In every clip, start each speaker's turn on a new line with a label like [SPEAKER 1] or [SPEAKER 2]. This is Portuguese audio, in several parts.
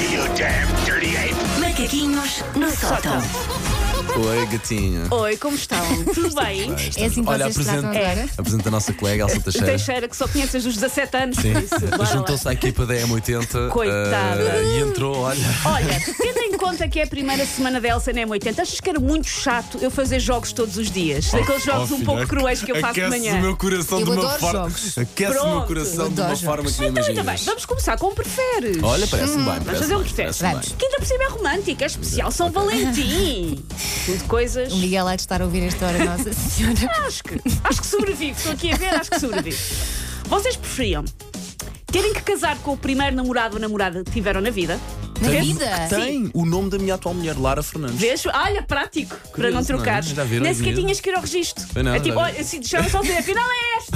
[SPEAKER 1] You damn dirty ape!
[SPEAKER 2] Macaquinhos no sótão.
[SPEAKER 3] Oi, gatinha.
[SPEAKER 4] Oi, como estão? Tudo bem? Então
[SPEAKER 3] Estamos-
[SPEAKER 5] É assim que
[SPEAKER 3] Olha,
[SPEAKER 5] vocês se tratam
[SPEAKER 3] apresenta, É.
[SPEAKER 5] agora?
[SPEAKER 3] apresenta a nossa colega Elsa Teixeira.
[SPEAKER 4] Teixeira, que só conheces os 17 anos.
[SPEAKER 3] Sim.
[SPEAKER 4] Isso, bora lá.
[SPEAKER 3] Juntou-se à equipa da M80
[SPEAKER 4] Coitada.
[SPEAKER 3] eh, e entrou, olha.
[SPEAKER 4] Olha, tendo em conta que é a primeira semana da Elsa na M80, achas que era muito chato eu fazer jogos todos os dias?
[SPEAKER 3] Oh,
[SPEAKER 4] Daqueles jogos um pouco cruéis que eu faço de manhã.
[SPEAKER 3] Aquece é o meu coração
[SPEAKER 5] Eu
[SPEAKER 3] de uma
[SPEAKER 5] adoro
[SPEAKER 3] forma.
[SPEAKER 5] jogos.
[SPEAKER 3] Aquece o meu
[SPEAKER 4] Pronto.
[SPEAKER 3] coração
[SPEAKER 5] Eu
[SPEAKER 3] de uma
[SPEAKER 5] adoro
[SPEAKER 3] forma que nem
[SPEAKER 4] Então, ainda bem,
[SPEAKER 3] imaginas.
[SPEAKER 4] vamos começar com o preferes.
[SPEAKER 3] Olha, parece-me bem.
[SPEAKER 4] Vamos
[SPEAKER 3] parece-me
[SPEAKER 4] fazer um
[SPEAKER 3] bem,
[SPEAKER 4] processo.
[SPEAKER 3] parece-me
[SPEAKER 5] Vamos.
[SPEAKER 4] Que ainda por cima é romântica, é especial, São Valentim. Tudo coisas.
[SPEAKER 3] Um
[SPEAKER 5] O Miguel há de estar a ouvir esta hora, Nossa Senhora.
[SPEAKER 4] Acho que, acho que sobrevive. Estou aqui a ver, acho que sobrevive. Vocês preferiam terem que casar com o primeiro namorado ou namorada que tiveram na vida?
[SPEAKER 5] Na
[SPEAKER 4] Vês?
[SPEAKER 5] vida?
[SPEAKER 3] bem. Tem o nome da minha atual mulher, Lara Fernandes.
[SPEAKER 4] Vês? Olha, prático, para não trocares.
[SPEAKER 3] não é? Já viram
[SPEAKER 4] Nem
[SPEAKER 3] os
[SPEAKER 4] sequer
[SPEAKER 3] miúdos?
[SPEAKER 4] tinhas que ir ao registro.
[SPEAKER 3] Foi não,
[SPEAKER 4] é tipo,
[SPEAKER 3] não.
[SPEAKER 4] olha, assim, deixaram só dizer, afinal é este.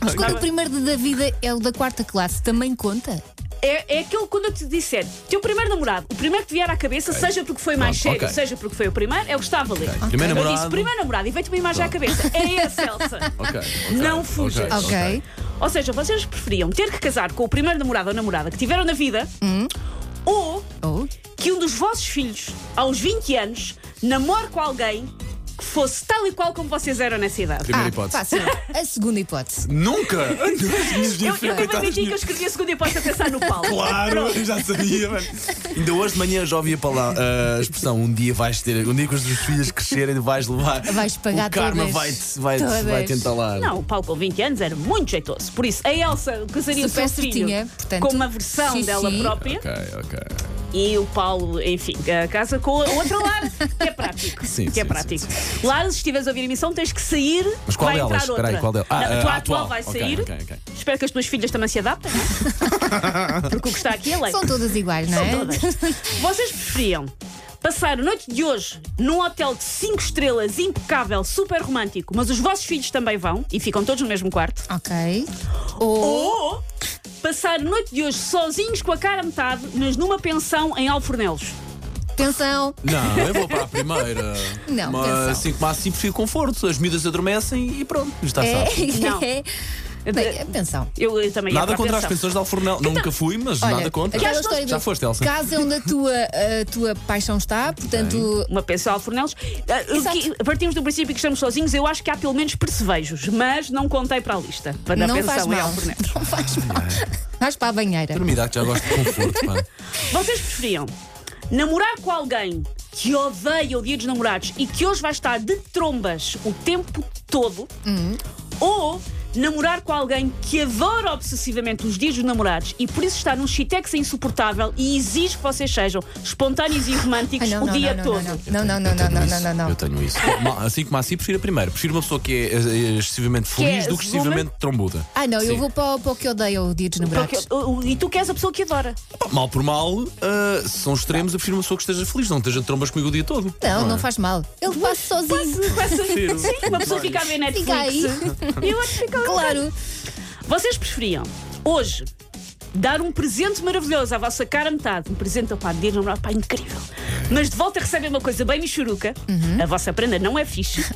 [SPEAKER 5] Mas quando
[SPEAKER 4] Tá
[SPEAKER 5] o primeiro da vida é o da quarta classe, também conta?
[SPEAKER 4] É, é aquele quando eu te disser, teu primeiro namorado, o primeiro que te vier à cabeça, seja porque foi mais
[SPEAKER 3] Pronto,
[SPEAKER 4] sério,
[SPEAKER 3] ok.
[SPEAKER 4] seja porque foi o primeiro, é o que está a valer.
[SPEAKER 3] Primeiro
[SPEAKER 4] Eu disse,
[SPEAKER 3] namorado. Tá.
[SPEAKER 4] primeiro namorado, e veio-te uma imagem à cabeça. É esse, Elsa.
[SPEAKER 3] Ok, ok,
[SPEAKER 4] Não
[SPEAKER 3] ok,
[SPEAKER 4] fujas.
[SPEAKER 5] Ok.
[SPEAKER 4] Ou seja, vocês preferiam ter que casar com o primeiro namorado ou namorada que tiveram na vida ou
[SPEAKER 5] Ou?
[SPEAKER 4] que um dos vossos filhos, aos 20 anos, namore com alguém que fosse tal e qual como vocês eram nessa idade?
[SPEAKER 5] Ah,
[SPEAKER 3] Primeira hipótese.
[SPEAKER 5] fácil. A segunda hipótese.
[SPEAKER 3] Nunca!
[SPEAKER 4] Eu, eu também menti que eu escrevi a segunda hipótese a pensar no Paulo.
[SPEAKER 3] Claro, eu já sabia, mano. Ainda hoje de manhã já ouvi a, palavra, a expressão: um dia vais ter, um dia que as tuas filhas crescerem, vais levar.
[SPEAKER 5] Vais pagar
[SPEAKER 3] O karma
[SPEAKER 5] todas.
[SPEAKER 3] vai, -te, vai, -te, vai
[SPEAKER 5] Todas.
[SPEAKER 3] te entalar.
[SPEAKER 4] Não, o Paulo com 20 anos era muito jeitoso. Por isso, a Elsa casaria o seu
[SPEAKER 5] Super
[SPEAKER 4] filho
[SPEAKER 5] certinha, portanto.
[SPEAKER 4] com uma versão
[SPEAKER 5] Sim,
[SPEAKER 4] dela
[SPEAKER 5] sim.
[SPEAKER 4] própria
[SPEAKER 3] Ok, ok.
[SPEAKER 4] e o Paulo, enfim, a casa com a outra Lara, que é prático.
[SPEAKER 3] Sim,
[SPEAKER 4] que
[SPEAKER 3] sim,
[SPEAKER 4] é prático. Lara, se estiveres a ouvir a emissão, tens que sair.
[SPEAKER 3] Mas qual
[SPEAKER 4] vai
[SPEAKER 3] delas?
[SPEAKER 4] entrar outra.
[SPEAKER 3] Espera aí, qual delas? Ah,
[SPEAKER 4] Não,
[SPEAKER 3] ah,
[SPEAKER 4] a tua
[SPEAKER 3] a
[SPEAKER 4] atual,
[SPEAKER 3] atual.
[SPEAKER 4] vai
[SPEAKER 3] Ok,
[SPEAKER 4] sair.
[SPEAKER 3] ok, ok.
[SPEAKER 4] Espero que as tuas filhas também se adaptem. Porque o que está aqui é lei.
[SPEAKER 5] São todas iguais, não é?
[SPEAKER 4] São todas. Vocês preferiam passar a noite de hoje num hotel de 5 estrelas impecável, super romântico, mas os vossos filhos também vão e ficam todos no mesmo quarto?
[SPEAKER 5] Ok. Oh. Ou.
[SPEAKER 4] Ou passar a noite de hoje sozinhos com a cara a metade, mas numa pensão em Alfornelos?
[SPEAKER 5] Atenção!
[SPEAKER 3] Não, eu vou para a primeira.
[SPEAKER 5] Não,
[SPEAKER 3] Mas
[SPEAKER 5] atenção.
[SPEAKER 3] assim como assim prefiro conforto. As miúdas adormecem e pronto, está
[SPEAKER 5] É.
[SPEAKER 3] certo.
[SPEAKER 4] Não.
[SPEAKER 5] Bem, atenção.
[SPEAKER 4] Eu, eu também ia
[SPEAKER 3] Nada
[SPEAKER 4] para a
[SPEAKER 3] contra as
[SPEAKER 4] pensão.
[SPEAKER 3] pensões de Alfornel. Nunca fui, mas
[SPEAKER 5] Olha,
[SPEAKER 3] nada contra.
[SPEAKER 5] aquela
[SPEAKER 4] Já
[SPEAKER 5] história
[SPEAKER 3] Já
[SPEAKER 5] do
[SPEAKER 3] foste, Elsa?
[SPEAKER 5] Casa é onde a tua, a tua paixão está, portanto.
[SPEAKER 4] Uma pensão Alfornelos. Ah, o
[SPEAKER 5] Exato.
[SPEAKER 4] que- Partimos do princípio que estamos sozinhos, eu acho que há pelo menos percevejos, mas não contei para a lista. Para a
[SPEAKER 5] Não
[SPEAKER 4] pensão
[SPEAKER 5] faz,
[SPEAKER 4] em
[SPEAKER 5] mal.
[SPEAKER 4] Alfornelos.
[SPEAKER 5] não faz mal. Vais para a banheira.
[SPEAKER 3] Tenho uma idade que já gosto de conforto, pá.
[SPEAKER 4] Vocês preferiam namorar com alguém que odeia o dia dos namorados e que hoje vai estar de trombas o tempo todo? Ou namorar com alguém que adora obsessivamente os dias dos namorados e por isso está num chitex insuportável e exige que vocês sejam espontâneos e
[SPEAKER 5] Ah,
[SPEAKER 4] românticos
[SPEAKER 5] não,
[SPEAKER 4] o
[SPEAKER 5] não,
[SPEAKER 4] dia
[SPEAKER 5] não,
[SPEAKER 4] todo?
[SPEAKER 5] não, não, não, não,
[SPEAKER 3] Eu
[SPEAKER 5] não,
[SPEAKER 3] tenho
[SPEAKER 5] não,
[SPEAKER 3] isso,
[SPEAKER 5] não, não, não.
[SPEAKER 3] Eu tenho isso. Ma- Assim como assim, prefiro a primeira. Prefiro uma pessoa que é eh, excessivamente
[SPEAKER 4] é
[SPEAKER 3] feliz do que excessivamente trombuda.
[SPEAKER 5] Ah, não, eu
[SPEAKER 3] Sim.
[SPEAKER 5] vou para, o- para o que odeio o dia dos
[SPEAKER 4] Porque-
[SPEAKER 5] namorados.
[SPEAKER 4] o- o- e tu queres a pessoa que adora.
[SPEAKER 3] Pá, Mal por mal, eh, se são extremos, eu prefiro uma pessoa que esteja feliz, não esteja de trombas comigo o dia todo.
[SPEAKER 5] Não, não
[SPEAKER 3] é?
[SPEAKER 5] faz mal. Ele passa sozinho.
[SPEAKER 4] Quase, quase-
[SPEAKER 3] Prefiro.
[SPEAKER 4] Sim, uma pessoa fica a ver Netflix.
[SPEAKER 5] Fica aí.
[SPEAKER 4] E eu acho que fica
[SPEAKER 5] Claro.
[SPEAKER 4] Vocês preferiam hoje dar um presente maravilhoso à vossa cara metade, um presente opá, de dia de namorado, pá, incrível. Mas de volta recebem uma coisa bem michuruca, a vossa prenda não é fixe.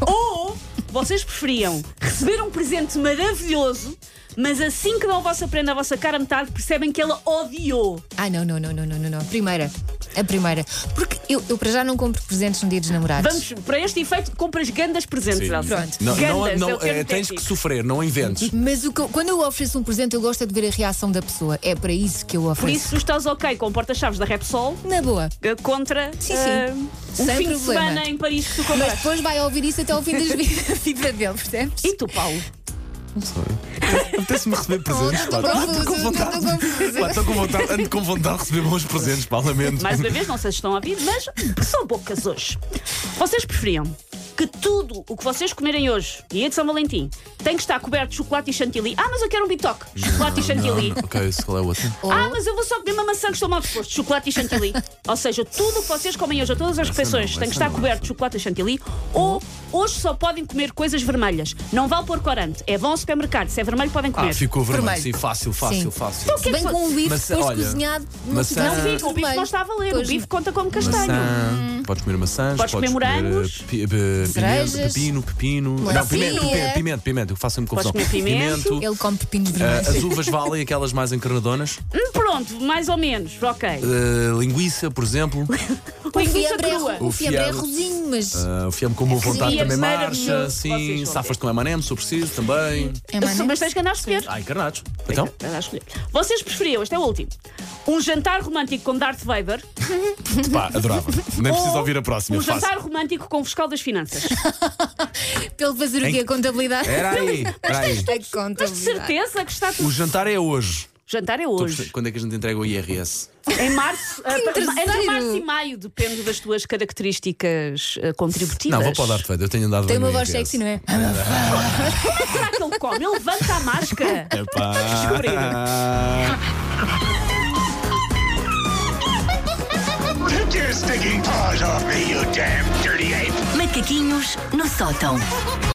[SPEAKER 4] Ou vocês preferiam receber um presente maravilhoso, mas assim que dão a vossa prenda à vossa cara metade, percebem que ela odiou.
[SPEAKER 5] Ah, não, não, não, não, não, não, não. Primeira. A primeira. Porque eu, eu para já não compro presentes no dia dos namorados.
[SPEAKER 4] Vamos, para este efeito, compras grandes presentes,
[SPEAKER 3] Sim.
[SPEAKER 4] Elsa.
[SPEAKER 5] Pronto.
[SPEAKER 3] Não, não-
[SPEAKER 4] Gandas,
[SPEAKER 3] não,
[SPEAKER 4] é o termo
[SPEAKER 3] eh, tens que
[SPEAKER 4] técnico.
[SPEAKER 3] sofrer, não inventes.
[SPEAKER 5] Mas o que eu- quando eu ofereço um presente, eu gosto é de ver a reação da pessoa. É para isso que eu
[SPEAKER 4] Por
[SPEAKER 5] ofereço.
[SPEAKER 4] isso, estás ok com porta-chaves da Repsol
[SPEAKER 5] Na boa.
[SPEAKER 4] eh, contra
[SPEAKER 5] Sim, sim.
[SPEAKER 4] eh, um
[SPEAKER 5] Sem
[SPEAKER 4] fim de
[SPEAKER 5] problema.
[SPEAKER 4] semana em Paris que tu
[SPEAKER 5] Mas
[SPEAKER 4] compraste.
[SPEAKER 5] depois vai ouvir isso até ao fim das vi- da vida dele, percebes?
[SPEAKER 4] E tu, Paulo?
[SPEAKER 3] Apetece-me receber presentes.
[SPEAKER 5] estou
[SPEAKER 3] pá.
[SPEAKER 5] confusa,
[SPEAKER 3] Estou com
[SPEAKER 5] estou
[SPEAKER 3] vontade.
[SPEAKER 5] confusa.
[SPEAKER 3] Pá, Estou com vontade, ando com vontade de receber bons presentes, pá, lamento.
[SPEAKER 4] Mais uma vez, não sei se estão a ouvir, mas são bocas hoje. Vocês preferiam que tudo o que vocês comerem hoje, dia de São Valentim, tem que estar coberto de chocolate e chantilly? Ah, mas eu quero um bitoque. Chocolate e chantilly.
[SPEAKER 3] Ok, esse qual é o outro?
[SPEAKER 4] Ah, mas eu vou só comer uma maçã que estou mal disposto. Chocolate e chantilly. Ou seja, tudo o que vocês comem hoje, a todas as refeições,
[SPEAKER 3] não,
[SPEAKER 4] tem que
[SPEAKER 3] essa
[SPEAKER 4] estar
[SPEAKER 3] não,
[SPEAKER 4] coberto de chocolate e chantilly. Ou hoje só podem comer coisas vermelhas. Não vale pôr corante. É vão ao supermercado. Se é vermelho, podem comer.
[SPEAKER 3] Ah, ficou vermelho.
[SPEAKER 5] Vermelho.
[SPEAKER 3] Sim, fácil, fácil,
[SPEAKER 5] Sim.
[SPEAKER 3] fácil.
[SPEAKER 4] Então, o que é que
[SPEAKER 5] Bem
[SPEAKER 4] foi?
[SPEAKER 5] com o bife,
[SPEAKER 3] Maçã-
[SPEAKER 5] depois
[SPEAKER 3] olha,
[SPEAKER 5] cozinhado, não
[SPEAKER 3] maçã-
[SPEAKER 4] Não
[SPEAKER 5] fica
[SPEAKER 4] fica, o bife não está a valer.
[SPEAKER 5] Pois
[SPEAKER 4] O bife conta como castanho.
[SPEAKER 3] Maçã, podes comer maçãs,
[SPEAKER 4] Podes comer morangos,
[SPEAKER 3] eh, pi- eh, pimento,
[SPEAKER 5] cerejas,
[SPEAKER 3] pepino, pepino. Não, pimento,
[SPEAKER 5] melancia.
[SPEAKER 3] pimento, pimento, pimento, eu faço sempre
[SPEAKER 4] Podes
[SPEAKER 3] confusão.
[SPEAKER 4] comer pimento.
[SPEAKER 5] Ele come
[SPEAKER 4] Ah,
[SPEAKER 5] pepinos
[SPEAKER 3] eh,
[SPEAKER 5] vermelhos.
[SPEAKER 3] as uvas valem aquelas mais encarnadonas.
[SPEAKER 4] Hum, pronto, mais ou menos, ok.
[SPEAKER 3] Eh, linguiça, por exemplo.
[SPEAKER 5] o
[SPEAKER 4] Linguiça
[SPEAKER 5] fiambre, é,
[SPEAKER 4] crua. Ah.
[SPEAKER 5] ro- o
[SPEAKER 3] O
[SPEAKER 5] fiambre é
[SPEAKER 3] fiambre.
[SPEAKER 5] rosinho, mas
[SPEAKER 3] Eh, o fiambre com boa vontade
[SPEAKER 4] Sim, é
[SPEAKER 3] também marcha.
[SPEAKER 4] maravilhoso, vocês
[SPEAKER 3] Sim,
[SPEAKER 4] vão
[SPEAKER 3] safas com M&M, se eu preciso, também.
[SPEAKER 5] é mais
[SPEAKER 4] Mas tens que andar a escolher.
[SPEAKER 3] Ah, encarnados. Então,
[SPEAKER 4] Andar a escolher. Vocês preferiam, este é o último, um jantar romântico com Darth Vader
[SPEAKER 3] Então, pá, adorava. Nem preciso
[SPEAKER 5] Oh,
[SPEAKER 4] ou
[SPEAKER 3] ouvir a próxima.
[SPEAKER 4] um
[SPEAKER 3] fácil.
[SPEAKER 4] jantar romântico com o fiscal das finanças?
[SPEAKER 5] Para ele fazer o
[SPEAKER 3] Em
[SPEAKER 5] quê? A
[SPEAKER 3] que-
[SPEAKER 5] contabilidade.
[SPEAKER 3] Era aí, era aí.
[SPEAKER 5] A contabilidade.
[SPEAKER 4] De certeza que está tudo.
[SPEAKER 3] O jantar é hoje.
[SPEAKER 4] Jantar é
[SPEAKER 3] Estou a perceber-
[SPEAKER 4] hoje.
[SPEAKER 3] Quando é que a gente entrega o IRS?
[SPEAKER 4] Em março. ah,
[SPEAKER 5] interesseiro.
[SPEAKER 4] entre março e maio, depende das tuas características ah, contributivas.
[SPEAKER 3] Não, vou para o Darth Vader, eu tenho andado
[SPEAKER 5] Tem
[SPEAKER 3] bem
[SPEAKER 5] uma
[SPEAKER 3] no
[SPEAKER 5] voz
[SPEAKER 3] IRS.
[SPEAKER 5] sexy, não é?
[SPEAKER 4] Será que ele come? Ele levanta a máscara.
[SPEAKER 5] é?
[SPEAKER 3] Epá.
[SPEAKER 1] Take your stinking paws off me, you damn dirty ape!
[SPEAKER 2] Macaquinhos no sótão.